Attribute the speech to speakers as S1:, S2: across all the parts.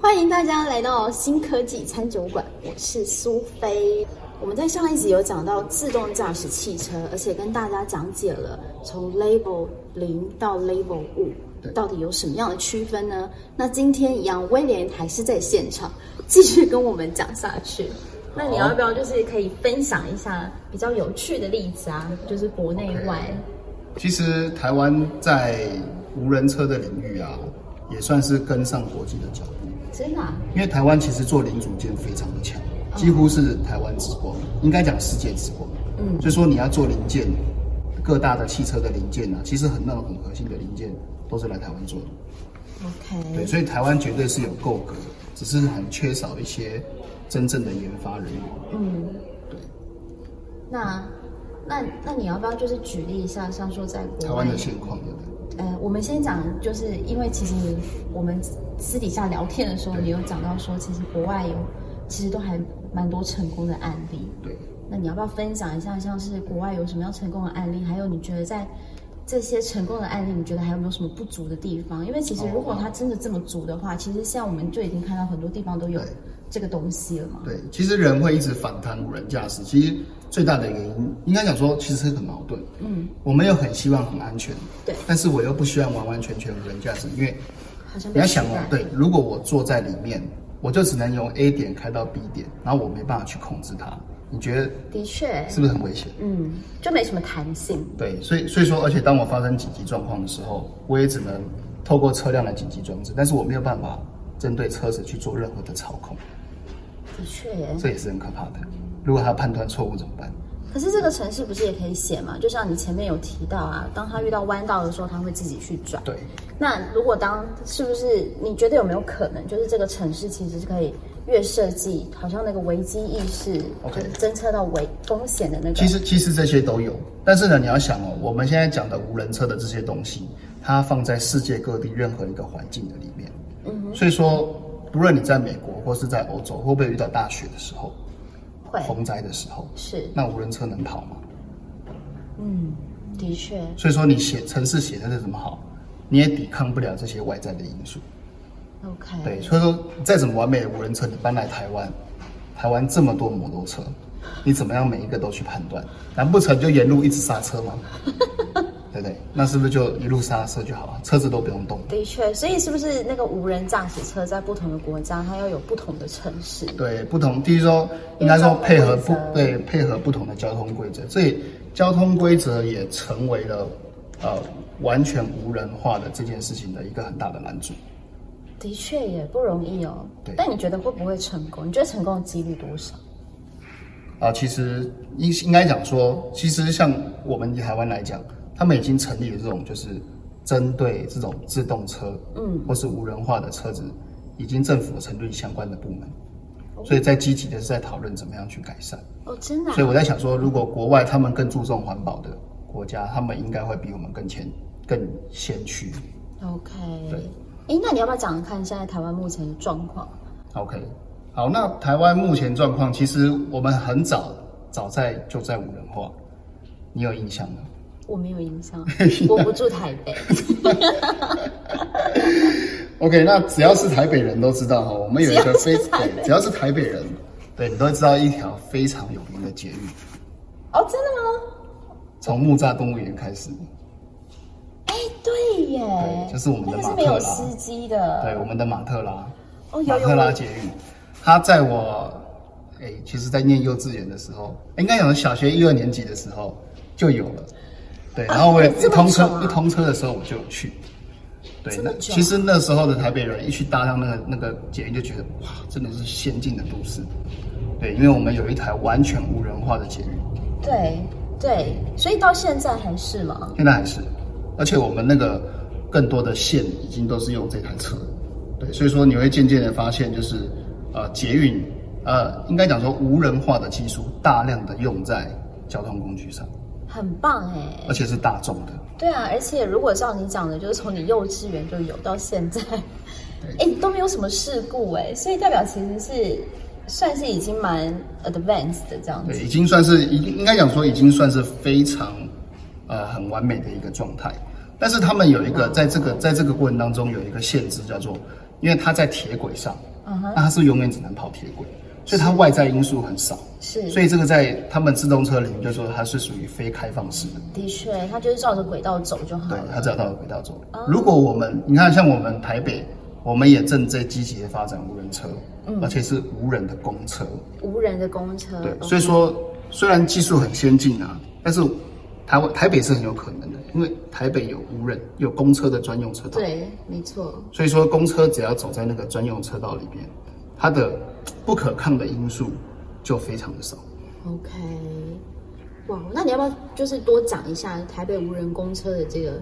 S1: 欢迎大家来到新科技餐酒馆，我是苏菲。我们在上一集有讲到自动驾驶汽车，而且跟大家讲解了从 Level 零到 Level 五
S2: 对
S1: 到底有什么样的区分呢？那今天一样，威廉还是在现场，继续跟我们讲下去。那你要不要就是可以分享一下比较有趣的例子啊？就是国内外
S2: 其实台湾在无人车的领域啊，也算是跟上国际的脚步，
S1: 真的、啊、
S2: 因为台湾其实做零组件非常的强，几乎是台湾之光，应该讲世界之光。
S1: 嗯
S2: 所以说你要做零件，各大的汽车的零件啊，其实很那种很核心的零件都是来台湾做的。对，
S1: ，OK，
S2: 所以台湾绝对是有够格，只是很缺少一些真正的研发人员。
S1: 嗯，那那那你要不要就是举例一下，像说在国
S2: 台
S1: 外
S2: 湾的现况，对不对？
S1: 呃，我们先讲，就是因为其实你我们私底下聊天的时候，你有讲到说，其实国外有其实都还蛮多成功的案例。
S2: 对，
S1: 那你要不要分享一下，像是国外有什么样成功的案例？还有你觉得在这些成功的案例，你觉得还有没有什么不足的地方？因为其实如
S2: 哦
S1: 果它真的这么足的话，其实现在我们就已经看到很多地方都有
S2: 对
S1: 这个东西了嘛。
S2: 对，其实人会一直反弹无人驾驶，其实最大的原因应该讲说，其实很矛盾。
S1: 嗯，
S2: 我们又很希望很安全，
S1: 对
S2: 但是我又不希望完完全全无人驾驶，因为
S1: 好像
S2: 你
S1: 被
S2: 要想
S1: 取
S2: 哦
S1: 代，
S2: 对，如果我坐在里面，我就只能由 A 点开到 B 点，然后我没办法去控制它，你觉得
S1: 的确，
S2: 是不是很危险？
S1: 嗯，就没什么弹性。
S2: 对，所以所以说，而且当我发生紧急状况的时候，我也只能透过车辆的紧急装置，但是我没有办法针对车子去做任何的操控，
S1: 的确，
S2: 这也是很可怕的。如果他判断错误怎么办？
S1: 可是这个城市不是也可以写嘛？就像你前面有提到啊，当他遇到弯道的时候，他会自己去转。
S2: 对，
S1: 那如果当是不是你觉得有没有可能，就是这个城市其实是可以越设计，好像那个危机意识
S2: OK
S1: 就是侦测到危风险的那个。
S2: 其实其实这些都有，但是呢，你要想哦，我们现在讲的无人车的这些东西，它放在世界各地任何一个环境的里面，嗯，所以说，不论你在美国或是在欧洲，会不会遇到大雪的时候、
S1: 会
S2: 洪灾的时候，
S1: 是，
S2: 那无人车能跑吗？
S1: 嗯，的确，
S2: 所以说你写城市写的再怎么好，你也抵抗不了这些外在的因素。
S1: OK，
S2: 对，所以说再怎么完美的无人车，你搬来台湾，台湾这么多摩托车，你怎么样每一个都去判断？难不成就沿路一直刹车 吗？对不对？那是不是就一路刹车就好了？车子都不用动。
S1: 的确，所以是不是那个无人驾驶车在不同的国家，它要有不同的城市？
S2: 对，不同，第一说应该说配合不
S1: 交通规
S2: 对配合不同的交通规则，所以交通规则也成为了呃完全无人化的这件事情的一个很大的拦阻。
S1: 的确也不容易哦
S2: 对。
S1: 但你觉得会不会成功？你觉得成功的几率多少？
S2: 啊，其实应应该讲说，其实像我们台湾来讲，他们已经成立了这种就是针对这种自动车，嗯，或是无人化的车子，已经政府成立相关的部门，所以在积极的是在讨论怎么样去改善。
S1: 哦，真的啊、
S2: 所以我在想说，如果国外他们更注重环保的国家，他们应该会比我们更前更先驱。
S1: OK，
S2: 对
S1: 哎，那你要不要讲讲看现在台湾目前的状况？
S2: OK，好，那台湾目前状况，其实我们很早早在就在无人化，你有印象吗？
S1: 我没有印 象，我不住台北。
S2: OK，那只要是台北人都知道哈，我们有一个非
S1: 只要是台北
S2: 对，只要是台北人，对你都会知道一条非常有名的捷运，
S1: 哦，真的吗？
S2: 从木栅动物园开始，
S1: 哎，对耶，
S2: 对就是我们的
S1: 那个是
S2: 马
S1: 没有
S2: 特拉
S1: 司机的。
S2: 对，我们的马特拉，
S1: 哦有
S2: 马
S1: 有
S2: 特拉
S1: 我
S2: 捷运，它在我哎、其实在念幼稚园的时候，应该有小学一二年级的时候就有了，对，然后我也
S1: 啊
S2: 一
S1: 这么
S2: 通车、
S1: 久啊
S2: 一通车的时候我就有去。对
S1: 这，么
S2: 那
S1: 久
S2: 其实那时候的台北人一去搭上那个那个捷运，就觉得哇，真的是先进的都市。对，因为我们有一台完全无人化的捷运，
S1: 对对，所以到现在还是吗？
S2: 现在还是，而且我们那个更多的线已经都是用这台车，对，所以说你会渐渐的发现，就是呃捷运，呃应该讲说无人化的技术大量的用在交通工具上，
S1: 很棒哎。
S2: 而且是大众的。
S1: 对啊，而且如果照你讲的，就是从你幼稚园就有到现在，哎，都没有什么事故哎，所以代表其实是算是已经蛮 advanced 的这样
S2: 对，
S1: 子。
S2: 已经算是已经应该讲说已经算是非常呃很完美的一个状态。但是他们有一个在这个在这个过程当中有一个限制，叫做因为它在铁轨上，嗯哼，那它是永远只能跑铁轨，所以它外在因素很少。
S1: 是，
S2: 所以这个在他们自动车领域就说它是属于非开放式的，
S1: 的确，它就是照着轨道走就好
S2: 对，它
S1: 了。
S2: 只要到了轨道走。如果我们你看，像我们台北，我们也正在积极的发展无人车，而且是无人的公车。
S1: 无人的公车，哦
S2: 对，所以说虽然技术很先进啊，但是台湾台北是很有可能的，因为台北有无人有公车的专用车道，
S1: 对，没错，
S2: 所以说公车只要走在那个专用车道里边，它的不可抗的因素就非常的少。
S1: OK，哇，那你要不要就是多讲一下台北无人公车的这个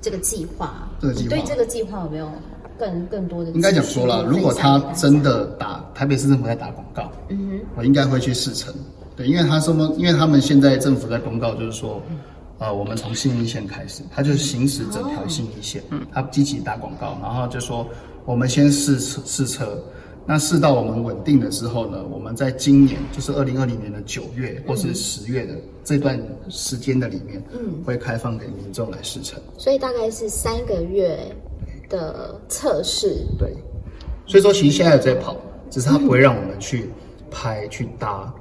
S1: 这个计划？
S2: 这个计划
S1: 你对这个计划有没有更更多的？
S2: 应该讲说了，如果他真，的打台北市政府在打广告，
S1: 嗯
S2: 我应该会去试乘。对，因为他什么？因为他们现在政府在公告，就是说，呃，我们从信义线开始，它就是行驶整条信义线，它积极打广告，然后就说我们先试车试车，那试到我们稳定的之后呢，我们在今年就是二零二零年的九月或是十月的这段时间的里面，嗯，会开放给民众来试乘。
S1: 哼，所以大概是三个月的测试，
S2: 对，所以说其实现在有在跑，只是它不会让我们去拍去搭，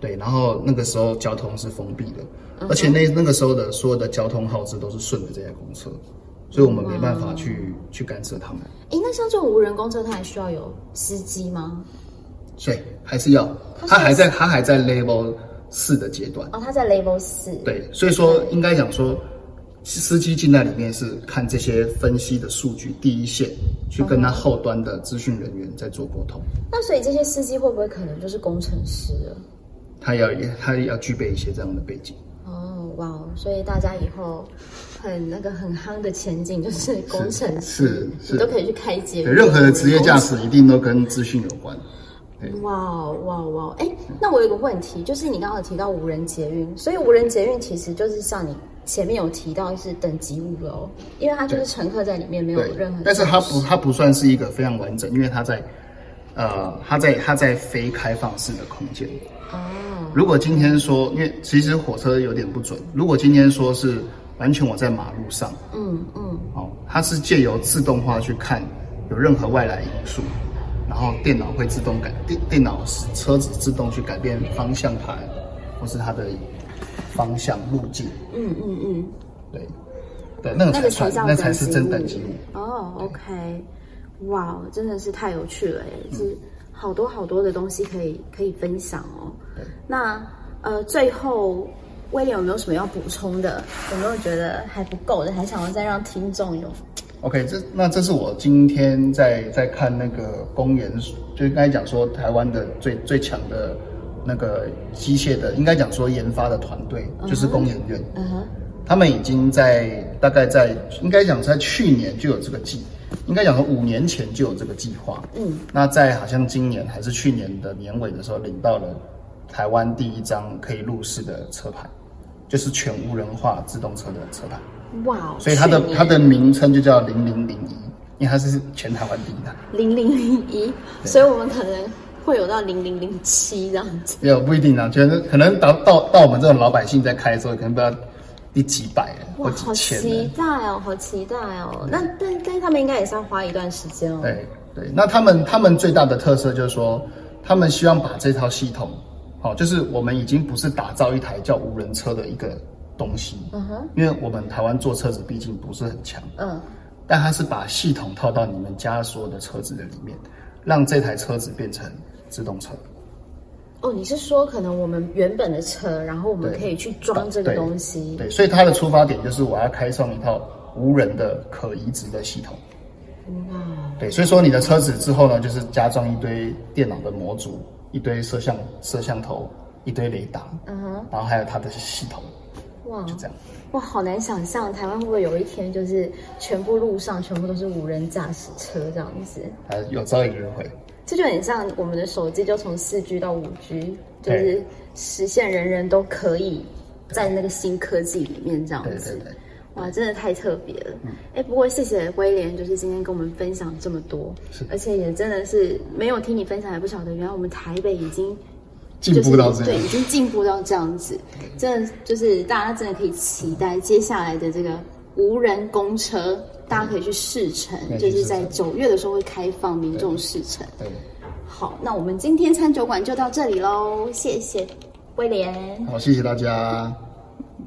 S2: 对，然后那个时候交通是封闭的，而且那那个时候的所有的交通号志都是顺着这台公车，所以我们没办法去去干涉他们，
S1: 诶，那像这种无人公车，它还需要有司机吗？
S2: 所以还是要，它还在它还在 level 四的阶段，
S1: 哦，它在 Level 四，，
S2: 对，所以说应该讲说。司机进来里面是看这些分析的数据第一线，去跟他后端的资讯人员在做沟通。
S1: 那所以这些司机会不会可能就是工程师了？
S2: 他要他要具备一些这样的背景。
S1: 哦，哇哦！所以大家以后很那个很夯的前景就是工程师，
S2: 是是
S1: 你都可以去开街。
S2: 对，任何的职业价值一定都跟资讯有关。
S1: 哇哦哇哦哇哦！哎，那我有一个问题，就是你刚刚有提到无人捷运，所以无人捷运其实就是像你前面有提到是等级五了哦，因为它就是乘客在里面没有
S2: 对
S1: 任何，
S2: 但是它不，它不算是一个非常完整，因为它在，呃，它在它在非开放式的空间。
S1: 哦，
S2: 如果今天说，因为其实火车有点不准，如果今天说是完全我在马路上，
S1: 嗯嗯，
S2: 哦，它是借由自动化去看有任何外来因素，然后电脑会自动改电电脑车子自动去改变方向盘，或是它的方向路径。嗯嗯嗯，对对，那个
S1: 那个才
S2: 才算
S1: 叫
S2: 那才是真
S1: 等
S2: 等
S1: 级
S2: 级
S1: 物
S2: 物。
S1: 哦，OK，哇，真的是太有趣了耶，是好多好多的东西可以可以分享哦。那呃，最后威廉有没有什么要补充的？有没有觉得还不够的，还想要再让听众有？
S2: OK，这那这是我今天在在看那个公园，就应该讲说台湾的最最强的那个机械的，应该讲说研发的团队就是工研院。
S1: 嗯哼，
S2: 他们已经在大概在应该讲在去年就有这个计，应该讲说五年前就有这个计划。
S1: 嗯，
S2: 那在好像今年还是去年的年尾的时候，领到了台湾第一张可以入市的车牌，就是全无人化自动车的车牌，
S1: 哇哦，
S2: 所以它的
S1: 去年
S2: 它的名称就叫零零零一，因为它是全台湾第一台。
S1: 零零零一，所以我们可能会有到零零零七这样子。
S2: 也有不一定啊，觉得可能到到到我们这种老百姓在开的时候，可能不要第几百了或
S1: 哇，
S2: 几
S1: 好
S2: 千了。
S1: 期待哦，好期待哦。那但但是他们应该也是要花一段时间哦。
S2: 对对，那他们他们最大的特色就是说，他们希望把这套系统，哦，就是我们已经不是打造一台叫无人车的一个东西，
S1: 嗯哼，
S2: 因为我们台湾做车子毕竟不是很强，
S1: 嗯。
S2: 但它是把系统套到你们家所有的车子的里面，让这台车子变成自动车。
S1: 哦，你是说可能我们原本的车，然后我们
S2: 对
S1: 可以去装这个东西？
S2: 对，所以它的出发点就是我要开创一套无人的可移植的系统。
S1: 哇，
S2: 对，所以说你的车子之后呢，就是加装一堆电脑的模组，一堆摄像摄像头，一堆雷达，
S1: 嗯哼，
S2: 然后还有它的系统，
S1: 哇
S2: 就这样。
S1: 哇，好难想象台湾会不会有一天就是全部路上全部都是无人驾驶车这样子？
S2: 啊，有朝一日会。
S1: 这就很像我们的手机就从四 G 到五 G，就
S2: 对
S1: 是实现人人都可以在那个新科技里面这样
S2: 对
S1: 子
S2: 对。嗯对，
S1: 哇，真的太特别了！哎、不过谢谢威廉，就是今天跟我们分享这么多
S2: 是，
S1: 而且也真的是没有听你分享，还不晓得原来我们台北已经
S2: 进步到这
S1: 就是，对，
S2: 样
S1: 已。经进步到这样子，真的就是大家真的可以期待接下来的这个无人公车，大家可以去试乘，
S2: 对
S1: 就是在
S2: 去试
S1: 九月的时候会开放民众试乘。
S2: 对，
S1: 好，那我们今天餐酒馆就到这里喽，谢谢威廉。
S2: 好，谢谢大家。